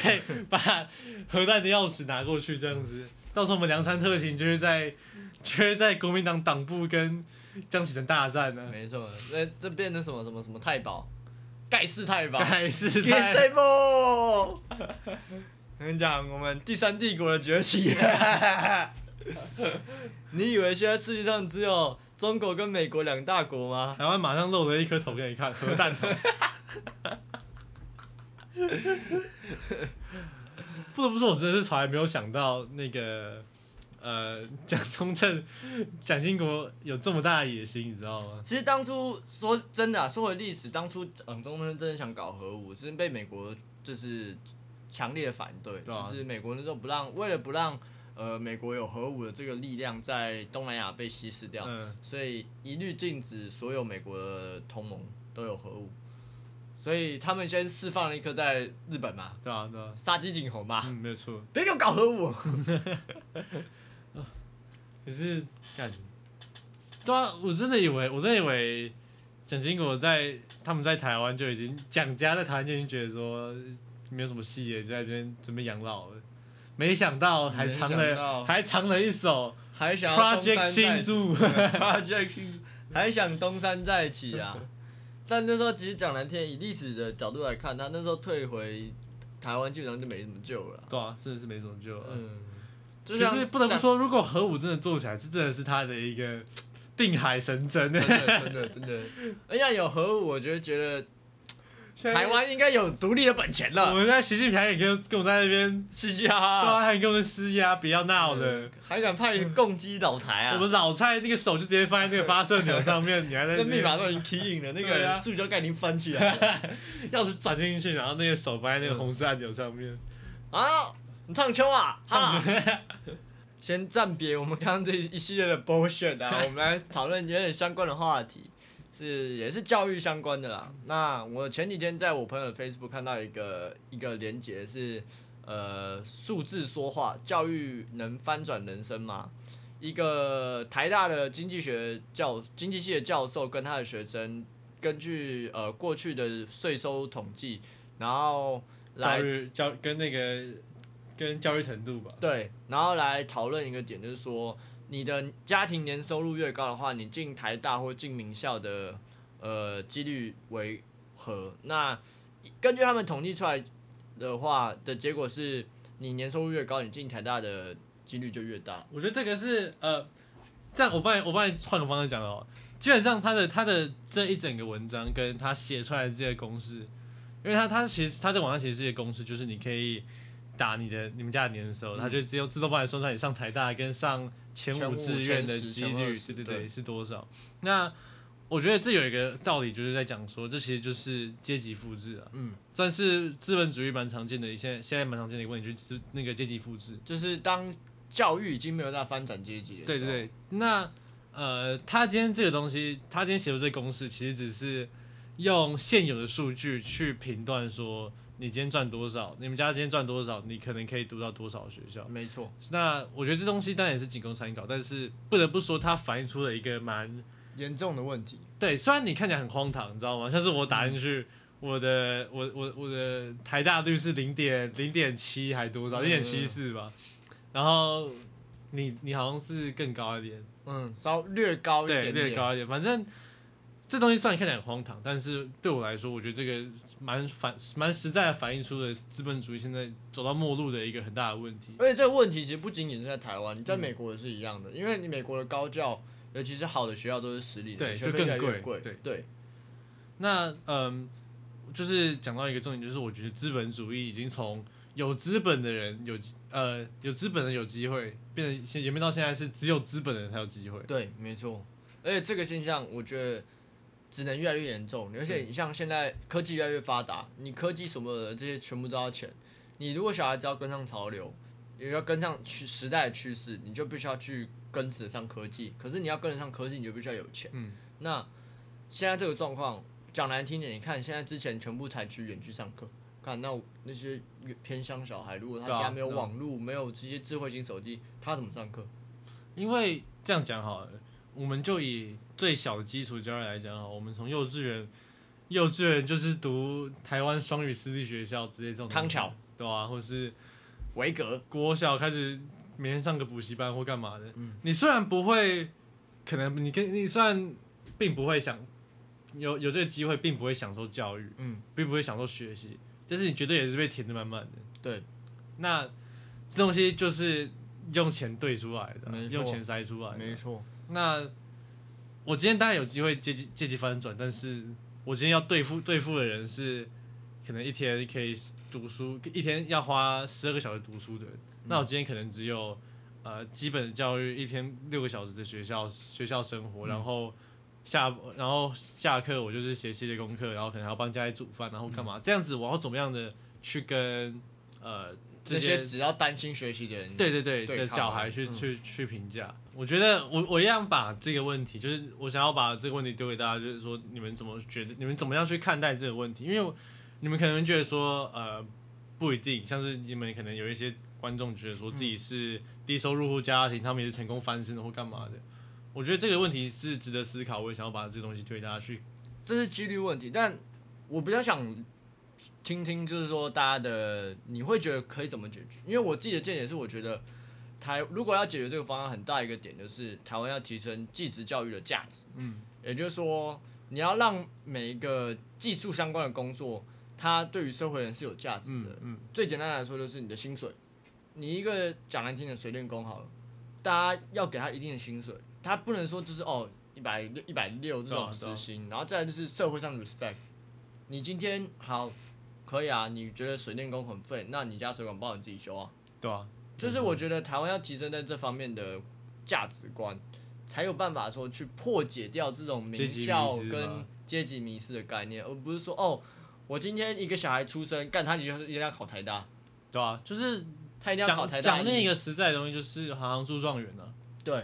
Speaker 2: 把核弹的钥匙拿过去，这样子。到时候我们梁山特勤就是在就是在国民党党部跟江启臣大战呢、
Speaker 1: 没错，那这变成什么什么什么太保，盖世太保。
Speaker 2: 盖世
Speaker 1: g e s t
Speaker 2: 太
Speaker 1: a b l 跟你讲，我们第三帝国的崛 起。你以为现在世界上只有中国跟美国两大国吗？
Speaker 2: 台湾马上露了一颗头给你看，核弹头。 不得不说，我真的是从来没有想到那个，呃， 蒋中正、蒋经国有这么大的野心，你知道吗？
Speaker 1: 其实当初说真的、啊，说回历史，当初蒋中正真的想搞核武，只是被美国就是强烈反对，
Speaker 2: 对啊
Speaker 1: 就是美国那时候不让，为了不让呃美国有核武的这个力量在东南亚被稀释掉，
Speaker 2: 嗯，
Speaker 1: 所以一律禁止所有美国的同盟都有核武，所以他们先释放了一颗在日本嘛，
Speaker 2: 对啊，对啊，
Speaker 1: 杀鸡儆猴嘛，
Speaker 2: 嗯，没有错。
Speaker 1: 别给我搞核武。
Speaker 2: 可是，干，对啊，我真的以为，我真的以为蒋经国在他们在台湾就已经，蒋家在台湾就已经觉得说没有什么戏了，就在这边准备养老了。没想到还藏
Speaker 1: 没想到
Speaker 2: 了，还藏了一首
Speaker 1: 还想要东
Speaker 2: Project
Speaker 1: 山再
Speaker 2: 新
Speaker 1: 起啊
Speaker 2: 宿，
Speaker 1: ，Project 新竹，还想东山再起啊！但那时候其实讲难听，以历史的角度来看，他那时候退回台湾基本上就没什么救了啊。
Speaker 2: 对啊，真的是没什么救了。
Speaker 1: 嗯，就
Speaker 2: 可
Speaker 1: 像
Speaker 2: 是不得不说，如果核武真的做起来，这真的是他的一个定海神针。
Speaker 1: 真的真的真 的，人家有核武，我觉得觉得
Speaker 2: 现在
Speaker 1: 台，湾应该有独立的本钱
Speaker 2: 我
Speaker 1: 了，
Speaker 2: 们现在习近平还敢跟跟我在那边，
Speaker 1: 是
Speaker 2: 对
Speaker 1: 呀，
Speaker 2: 啊，还敢跟我们施压，不要闹了。
Speaker 1: 还敢派共机倒台
Speaker 2: 嗯我
Speaker 1: 啊？
Speaker 2: 们老蔡那个手就直接放在那个发射钮上面，你还在
Speaker 1: 那
Speaker 2: 那
Speaker 1: 密
Speaker 2: 边
Speaker 1: 码都已经 key in 了，那
Speaker 2: 对啊
Speaker 1: 个塑胶盖已经翻起来了
Speaker 2: 钥匙转进去，然后那个手放在那个红色按钮上面。
Speaker 1: 啊！你唱秋啊？哈！先暂别我们刚刚这一系列的 bullshit 啊，我们来讨论有点相关的话题，是也是教育相关的啦。那我前几天在我朋友的 Facebook 看到一个一个连结是，呃，数字说话，教育能翻转人生吗？一个台大的经济学教经济系的教授跟他的学生，根据呃过去的税收统计，然后来
Speaker 2: 教育教跟那个跟教育程度吧，
Speaker 1: 对，然后来讨论一个点，就是说你的家庭年收入越高的话，你进台大或进名校的呃几率为何？那根据他们统计出来的话的结果是，你年收入越高，你进台大的几率就越大。
Speaker 2: 我觉得这个是呃，这样我帮你我帮你换个方向讲哦。基本上他的他的这一整个文章跟他写出来的这些公式，因为他他其实他在网上写这些公式，就是你可以打你的你们家的年收，
Speaker 1: 嗯
Speaker 2: 他就只有自动帮你算出来你上台大跟上前
Speaker 1: 前
Speaker 2: 五
Speaker 1: 五
Speaker 2: 志愿的
Speaker 1: 前十
Speaker 2: 几
Speaker 1: 前
Speaker 2: 率，
Speaker 1: 20
Speaker 2: 对对
Speaker 1: 对
Speaker 2: 对是多少？那我觉得这有一个道理，就是在讲说这其实就是阶级复制啊，
Speaker 1: 嗯，
Speaker 2: 算是资本主义蛮常见的，现在现在蛮常见的一个问题就是那个阶级复制。
Speaker 1: 就是当教育已经没有在翻转阶级的时
Speaker 2: 对
Speaker 1: 候，
Speaker 2: 对对，那呃，他今天这个东西，他今天写出这个公式，其实只是用现有的数据去评断说你今天赚多少，你们家今天赚多少，你可能可以读到多少的学校。
Speaker 1: 没错，
Speaker 2: 那我觉得这东西当然也是仅供参考，但是不得不说，它反映出了一个蛮
Speaker 1: 严重的问题。
Speaker 2: 对，虽然你看起来很荒唐，你知道吗？像是我打进去。我的我我我的台大率是零点零点七还多少？零点七四吧。然后你你好像是更高一点，
Speaker 1: 嗯，稍略高一
Speaker 2: 对，
Speaker 1: 点点，
Speaker 2: 略高一点。反正这东西虽然看起来很荒唐，但是对我来说，我觉得这个蛮反蛮实在的反映出了资本主义现在走到末路的一个很大的问题。嗯
Speaker 1: 而且这个问题其实不仅仅是在台湾，你在美国也是一样的，因为你美国的高教，尤其是好的学校都是私立的，
Speaker 2: 对
Speaker 1: 学
Speaker 2: 就
Speaker 1: 费
Speaker 2: 更
Speaker 1: 越来越
Speaker 2: 贵
Speaker 1: 贵，
Speaker 2: 对
Speaker 1: 对，
Speaker 2: 那嗯，就是讲到一个重点，就是我觉得资本主义已经从有资本的人有呃有资本的有机会，变成现演变到现在是只有资本的人才有机会。
Speaker 1: 对，没错。而且这个现象，我觉得只能越来越严重。而且
Speaker 2: 嗯
Speaker 1: 你像现在科技越来越发达，你科技什么的这些全部都要钱。你如果小孩子要跟上潮流，也要跟上趋时代的趋势，你就必须要去跟得上科技。可是你要跟得上科技，你就必须要有钱。
Speaker 2: 嗯，
Speaker 1: 那现在这个状况，讲难听点，你看现在之前全部采取远距上课，看那那些偏乡小孩，如果他
Speaker 2: 对啊
Speaker 1: 家没有
Speaker 2: 对啊
Speaker 1: 网络，没有这些智慧型手机，他怎么上课？
Speaker 2: 因为这样讲好了，我们就以最小的基础教育来讲好，我们从幼稚园，幼稚园就是读台湾双语私立学校之类这种东西
Speaker 1: 康桥，
Speaker 2: 对啊，或是
Speaker 1: 维格，
Speaker 2: 国小开始每天上个补习班或干嘛的。
Speaker 1: 嗯
Speaker 2: 你虽然不会，可能你跟你虽然并不会享有有这个机会，并不会享受教育，
Speaker 1: 嗯，
Speaker 2: 并不会享受学习，但是你绝对也是被填的满满的。
Speaker 1: 对，
Speaker 2: 那这东西就是用钱兑出来的啊，
Speaker 1: 没错
Speaker 2: 用钱塞出来的啊。
Speaker 1: 没错，
Speaker 2: 那我今天当然有机会借机借机翻转，但是我今天要对付对付的人是可能一天可以读书，一天要花十二个小时读书的人。那我
Speaker 1: 嗯
Speaker 2: 今天可能只有呃基本的教育，一天六个小时的学校学校生活，
Speaker 1: 嗯
Speaker 2: 然后下然后下课我就是写写写功课，然后可能还要帮家里煮饭，然后干
Speaker 1: 嗯
Speaker 2: 嘛、这样子，我要怎么样的去跟呃
Speaker 1: 这
Speaker 2: 这
Speaker 1: 些
Speaker 2: 些
Speaker 1: 只要担心学习的人，
Speaker 2: 对对对
Speaker 1: 嗯对
Speaker 2: 的
Speaker 1: 抗
Speaker 2: 小
Speaker 1: 嘛
Speaker 2: 孩去、
Speaker 1: 嗯
Speaker 2: 去去评价。我觉得我我一样把这个问题，就是我想要把这个问题丢给大家，就是说你们怎么觉得，你们怎么样去看待这个问题？因为我你们可能觉得说，呃，不一定，像是你们可能有一些观众觉得说自己是低收入户家庭，他们也是成功翻身的或干嘛的。我觉得这个问题是值得思考，我也想要把这东西推大家去。
Speaker 1: 这是几率问题。但我比较想听听，就是说大家的你会觉得可以怎么解决？因为我自己的见解是，我觉得台如果要解决这个方案，很大一个点就是台湾要提升技职教育的价值。
Speaker 2: 嗯，
Speaker 1: 也就是说，你要让每一个技术相关的工作，它对于社会人是有价值的。
Speaker 2: 嗯，
Speaker 1: 最简单来说，就是你的薪水，你一个讲难听的水电工好了，大家要给他一定的薪水，他不能说就是哦一百六一百六这
Speaker 2: 对
Speaker 1: 种
Speaker 2: 啊对啊
Speaker 1: 时薪，然后再来就是社会上的 respect。你今天好，可以啊，你觉得水电工很废，那你家水管不好你自己修啊。
Speaker 2: 对啊，
Speaker 1: 就是我觉得台湾要提升在这方面的价值观，才有办法说去破解掉这种名
Speaker 2: 阶级迷
Speaker 1: 校
Speaker 2: 失吗
Speaker 1: 跟阶级迷失的概念，而不是说哦，我今天一个小孩出生，干他就是一定要考台大，
Speaker 2: 对啊，就是
Speaker 1: 他一定要考
Speaker 2: 讲
Speaker 1: 台大
Speaker 2: 讲
Speaker 1: 医。
Speaker 2: 那个实在的东西，就是行行出状元啊，
Speaker 1: 对，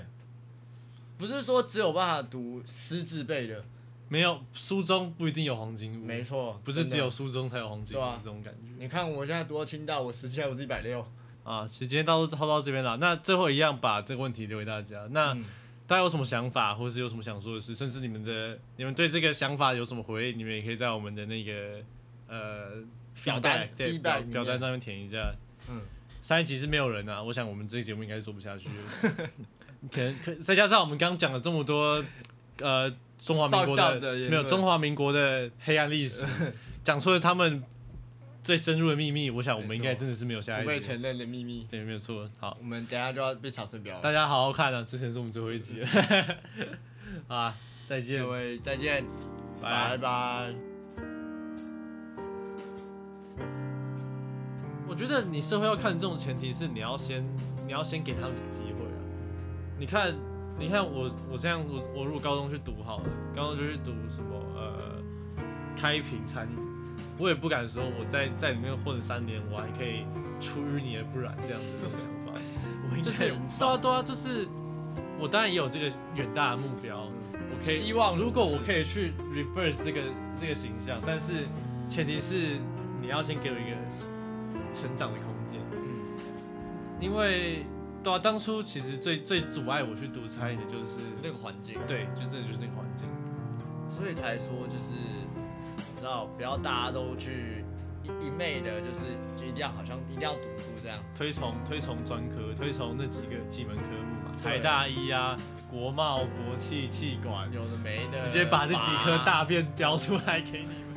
Speaker 1: 不是说只有办法读师字辈的，
Speaker 2: 没有书中不一定有黄金屋，
Speaker 1: 没错，
Speaker 2: 不是
Speaker 1: 真的
Speaker 2: 只有。书中才有黄金屋
Speaker 1: 对啊
Speaker 2: 这种感觉。
Speaker 1: 你看我现在读到清大，我实际还不是一百六。
Speaker 2: 啊，其实今天到差不多到这边了。那最后一样把这个问题留给大家。那
Speaker 1: 嗯
Speaker 2: 大家有什么想法，或是有什么想说的事，甚至你们的你们对这个想法有什么回应，你们也可以在我们的那个呃
Speaker 1: 表
Speaker 2: feedback-
Speaker 1: 单
Speaker 2: 对
Speaker 1: feedback
Speaker 2: 表
Speaker 1: 里面
Speaker 2: 表单上面填一下。
Speaker 1: 嗯，
Speaker 2: 上一集是没有人啊，我想我们这个节目应该是做不下去 了。可能可再加上我们刚刚讲了这么多，呃，中华民
Speaker 1: Fucked
Speaker 2: 国的
Speaker 1: up 的言论
Speaker 2: 没有中华民国的黑暗历史，讲出了他们最深入的秘密。我想我们应该
Speaker 1: 没错
Speaker 2: 真的是没有下
Speaker 1: 不
Speaker 2: 一
Speaker 1: 被
Speaker 2: 集
Speaker 1: 承认的秘密，
Speaker 2: 对，没有错。好，
Speaker 1: 我们等一下就要被查水表了。
Speaker 2: 大家好好看啊，之前是我们最后一集了。 好啊，再见
Speaker 1: 各，位再见，拜
Speaker 2: 拜。
Speaker 1: 拜。
Speaker 2: 我觉得你社会要看重的前提是你要先，你要先给他们这个机会啊。你看，你看我我这样，我我如果高中去读好了，高中就去读什么呃开平餐饮，我也不敢说我在在里面混三年，我还可以出淤泥而不染这样子的想法。
Speaker 1: 我 应
Speaker 2: 就
Speaker 1: 该
Speaker 2: 是
Speaker 1: 也无
Speaker 2: 对啊
Speaker 1: 法。
Speaker 2: 对啊，就是我当然也有这个远大的目标，我可以
Speaker 1: 希望
Speaker 2: 哦如果我可
Speaker 1: 以，
Speaker 2: 以去 reverse 这个这个形象，但是前提是你要先给我一个成长的空间，
Speaker 1: 嗯
Speaker 2: 因为对啊，当初其实最最阻碍我去读餐饮的就是，
Speaker 1: 那个环境，
Speaker 2: 对，就真的就是那个环境，
Speaker 1: 所以才说就是，你知道，不要大家都去一一昧的，就是就一定要好像一定要读书这样。
Speaker 2: 推崇推崇专科，推崇那几个几门科目嘛，
Speaker 1: 对
Speaker 2: 台大医啊、国贸、国气、气管，
Speaker 1: 有的没的，
Speaker 2: 直接把这几颗
Speaker 1: 呃拔
Speaker 2: 大便标出来给你们。